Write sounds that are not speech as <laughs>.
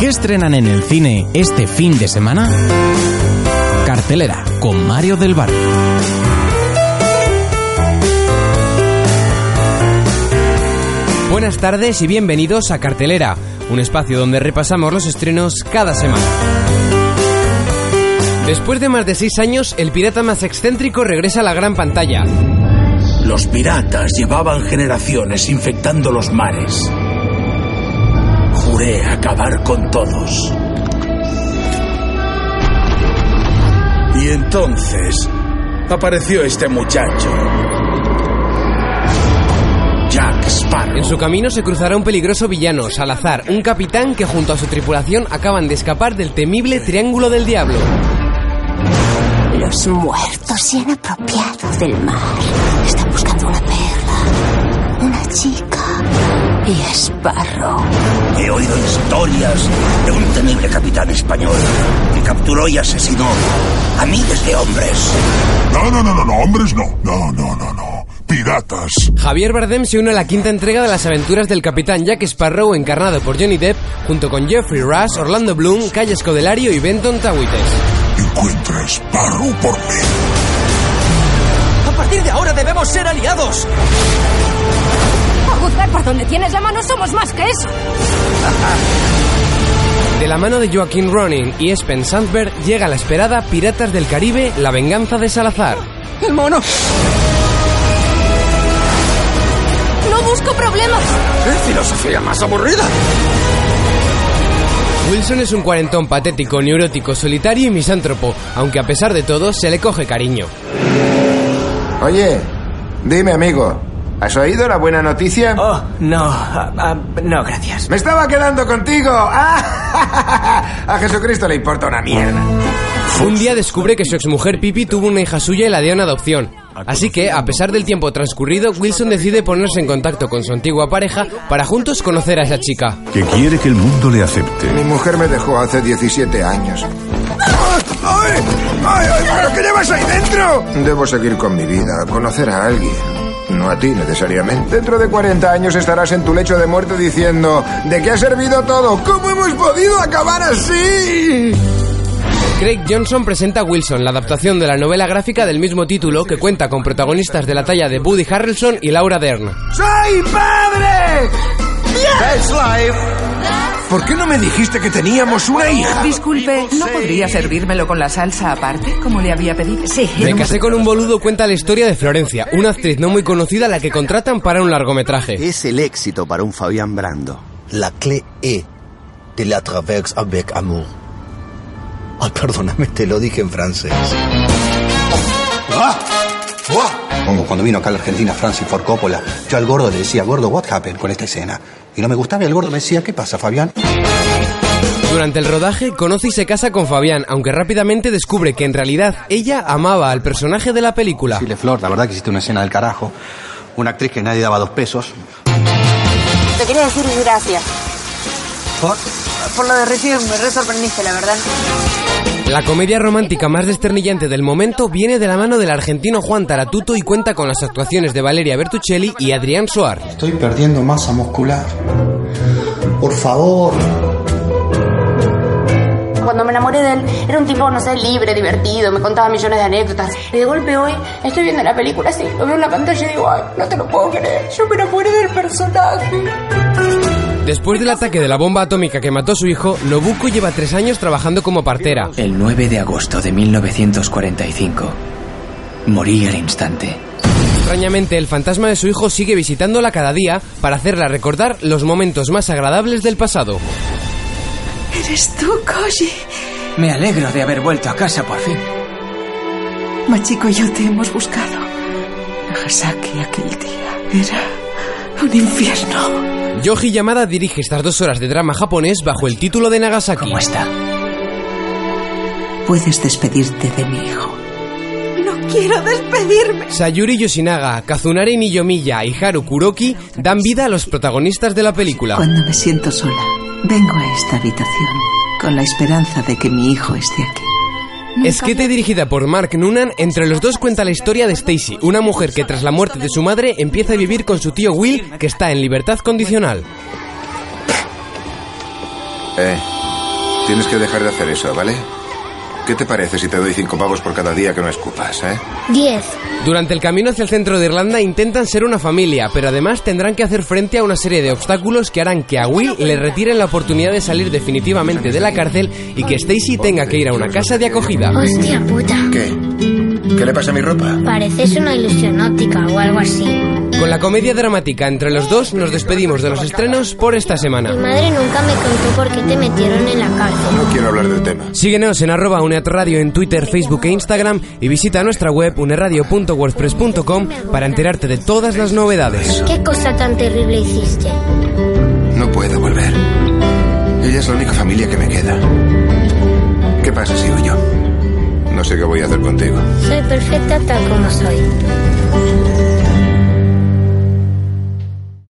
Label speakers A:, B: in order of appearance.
A: ¿Qué estrenan en el cine este fin de semana? Cartelera con Mario del Barrio.
B: Buenas tardes y bienvenidos a Cartelera, un espacio donde repasamos los estrenos cada semana. Después de más de seis años, el pirata más excéntrico regresa a la gran pantalla.
C: Los piratas llevaban generaciones infectando los mares. Juré acabar con todos. Y entonces apareció este muchacho. Jack Sparrow.
B: En su camino se cruzará un peligroso villano, Salazar, un capitán que junto a su tripulación acaban de escapar del temible Triángulo del Diablo.
D: Los muertos se han apropiado del mar. Están buscando una perla, una chica y a Sparrow.
C: He oído historias de un temible capitán español que capturó y asesinó a miles de hombres.
E: No, no, no, no, no, hombres no. No, no, no, no. Piratas.
B: Javier Bardem se une a la quinta entrega de las aventuras del capitán Jack Sparrow encarnado por Johnny Depp junto con Jeffrey Rush, Orlando Bloom, Calle Escodelario y Benton Tawites.
E: Encuentra a Sparrow por mí.
F: A partir de ahora debemos ser aliados.
G: A juzgar por donde tienes la mano somos más que eso.
B: De la mano de Joaquín Ronin y Espen Sandberg llega la esperada Piratas del Caribe, la venganza de Salazar.
F: El mono.
G: No busco problemas.
F: ¡Qué filosofía más aburrida!
B: Wilson es un cuarentón patético, neurótico, solitario y misántropo, aunque a pesar de todo se le coge cariño.
H: Oye, dime amigo, ¿has oído la buena noticia?
F: Oh, no. ah, ah, no, gracias.
H: Me estaba quedando contigo. <laughs> ¡Ah! A Jesucristo le importa una mierda.
B: Un día descubre que su exmujer Pipi tuvo una hija suya y la dio en adopción. Así que, a pesar del tiempo transcurrido, Wilson decide ponerse en contacto con su antigua pareja para juntos conocer a esa chica.
I: que quiere que el mundo le acepte.
H: Mi mujer me dejó hace 17 años.
E: ¡Ay! ¡Ay, ay! ¿Pero qué llevas ahí dentro?
H: Debo seguir con mi vida, conocer a alguien. No a ti necesariamente. Dentro de 40 años estarás en tu lecho de muerte diciendo, ¿de qué ha servido todo? ¿Cómo hemos podido acabar así?
B: Craig Johnson presenta Wilson, la adaptación de la novela gráfica del mismo título que cuenta con protagonistas de la talla de Woody Harrelson y Laura Dern.
H: ¡Soy padre!
F: That's life.
C: ¿Por qué no me dijiste que teníamos una hija?
J: Disculpe, ¿no podría servírmelo con la salsa aparte, como le había pedido? Sí.
B: Me casé con un boludo cuenta la historia de Florencia, una actriz no muy conocida a la que contratan para un largometraje.
K: Es el éxito para un Fabián Brando.
L: La clé E te la traverse avec amour. Ay, perdóname, te lo dije en francés. ¡Ah! Como cuando vino acá a la Argentina Francis Ford Coppola, yo al gordo le decía, gordo, what happened con esta escena? Y no me gustaba y el gordo me decía, ¿qué pasa, Fabián?
B: Durante el rodaje conoce y se casa con Fabián, aunque rápidamente descubre que en realidad ella amaba al personaje de la película.
K: Chile Flor, la verdad que hiciste una escena del carajo. Una actriz que nadie daba dos pesos.
M: Te quería decir gracias. Por lo de recién me re sorprendiste, la verdad.
B: La comedia romántica más desternillante del momento viene de la mano del argentino Juan Taratuto y cuenta con las actuaciones de Valeria Bertuccelli y Adrián Suar.
L: Estoy perdiendo masa muscular. Por favor.
M: Cuando me enamoré de él, era un tipo, no sé, libre, divertido, me contaba millones de anécdotas. Y de golpe hoy estoy viendo la película así, lo veo en la pantalla y digo, ay, no te lo puedo creer, yo me enamoré del personaje.
B: Después del ataque de la bomba atómica que mató a su hijo, Nobuko lleva tres años trabajando como partera.
F: El 9 de agosto de 1945. Morí al instante.
B: Extrañamente, el fantasma de su hijo sigue visitándola cada día para hacerla recordar los momentos más agradables del pasado.
J: Eres tú, Koji.
F: Me alegro de haber vuelto a casa por fin.
J: Machico y yo te hemos buscado. Nagasaki aquel día era un infierno.
B: Yoji Yamada dirige estas dos horas de drama japonés bajo el título de Nagasaki. ¿Cómo está?
J: Puedes despedirte de mi hijo.
B: No quiero despedirme. Sayuri Yoshinaga, Kazunari Niyomiya y Haru Kuroki dan vida a los protagonistas de la película.
J: Cuando me siento sola, vengo a esta habitación con la esperanza de que mi hijo esté aquí.
B: Esquete dirigida por Mark Noonan, entre los dos cuenta la historia de Stacy, una mujer que tras la muerte de su madre empieza a vivir con su tío Will, que está en libertad condicional.
H: Eh, tienes que dejar de hacer eso, ¿vale? ¿Qué te parece si te doy cinco pavos por cada día que no escupas, eh?
B: 10. Durante el camino hacia el centro de Irlanda intentan ser una familia, pero además tendrán que hacer frente a una serie de obstáculos que harán que a Will le retiren la oportunidad de salir definitivamente de la cárcel y que Stacy tenga que ir a una casa de acogida.
M: Hostia puta.
H: ¿Qué? ¿Qué le pasa a mi ropa?
M: Pareces una ilusión óptica o algo así.
B: Con la comedia dramática entre los dos nos despedimos de los estrenos por esta
M: Mi
B: semana.
M: madre nunca me contó por qué te metieron en la cárcel.
H: No quiero hablar del tema.
B: Síguenos en arroba UNED Radio en Twitter, Facebook e Instagram y visita nuestra web uneradio.wordpress.com para enterarte de todas las novedades.
M: ¿Qué cosa tan terrible hiciste?
H: No puedo volver. Ella es la única familia que me queda. ¿Qué pasa si huyo? No sé qué voy a hacer contigo.
M: Soy perfecta tal como soy.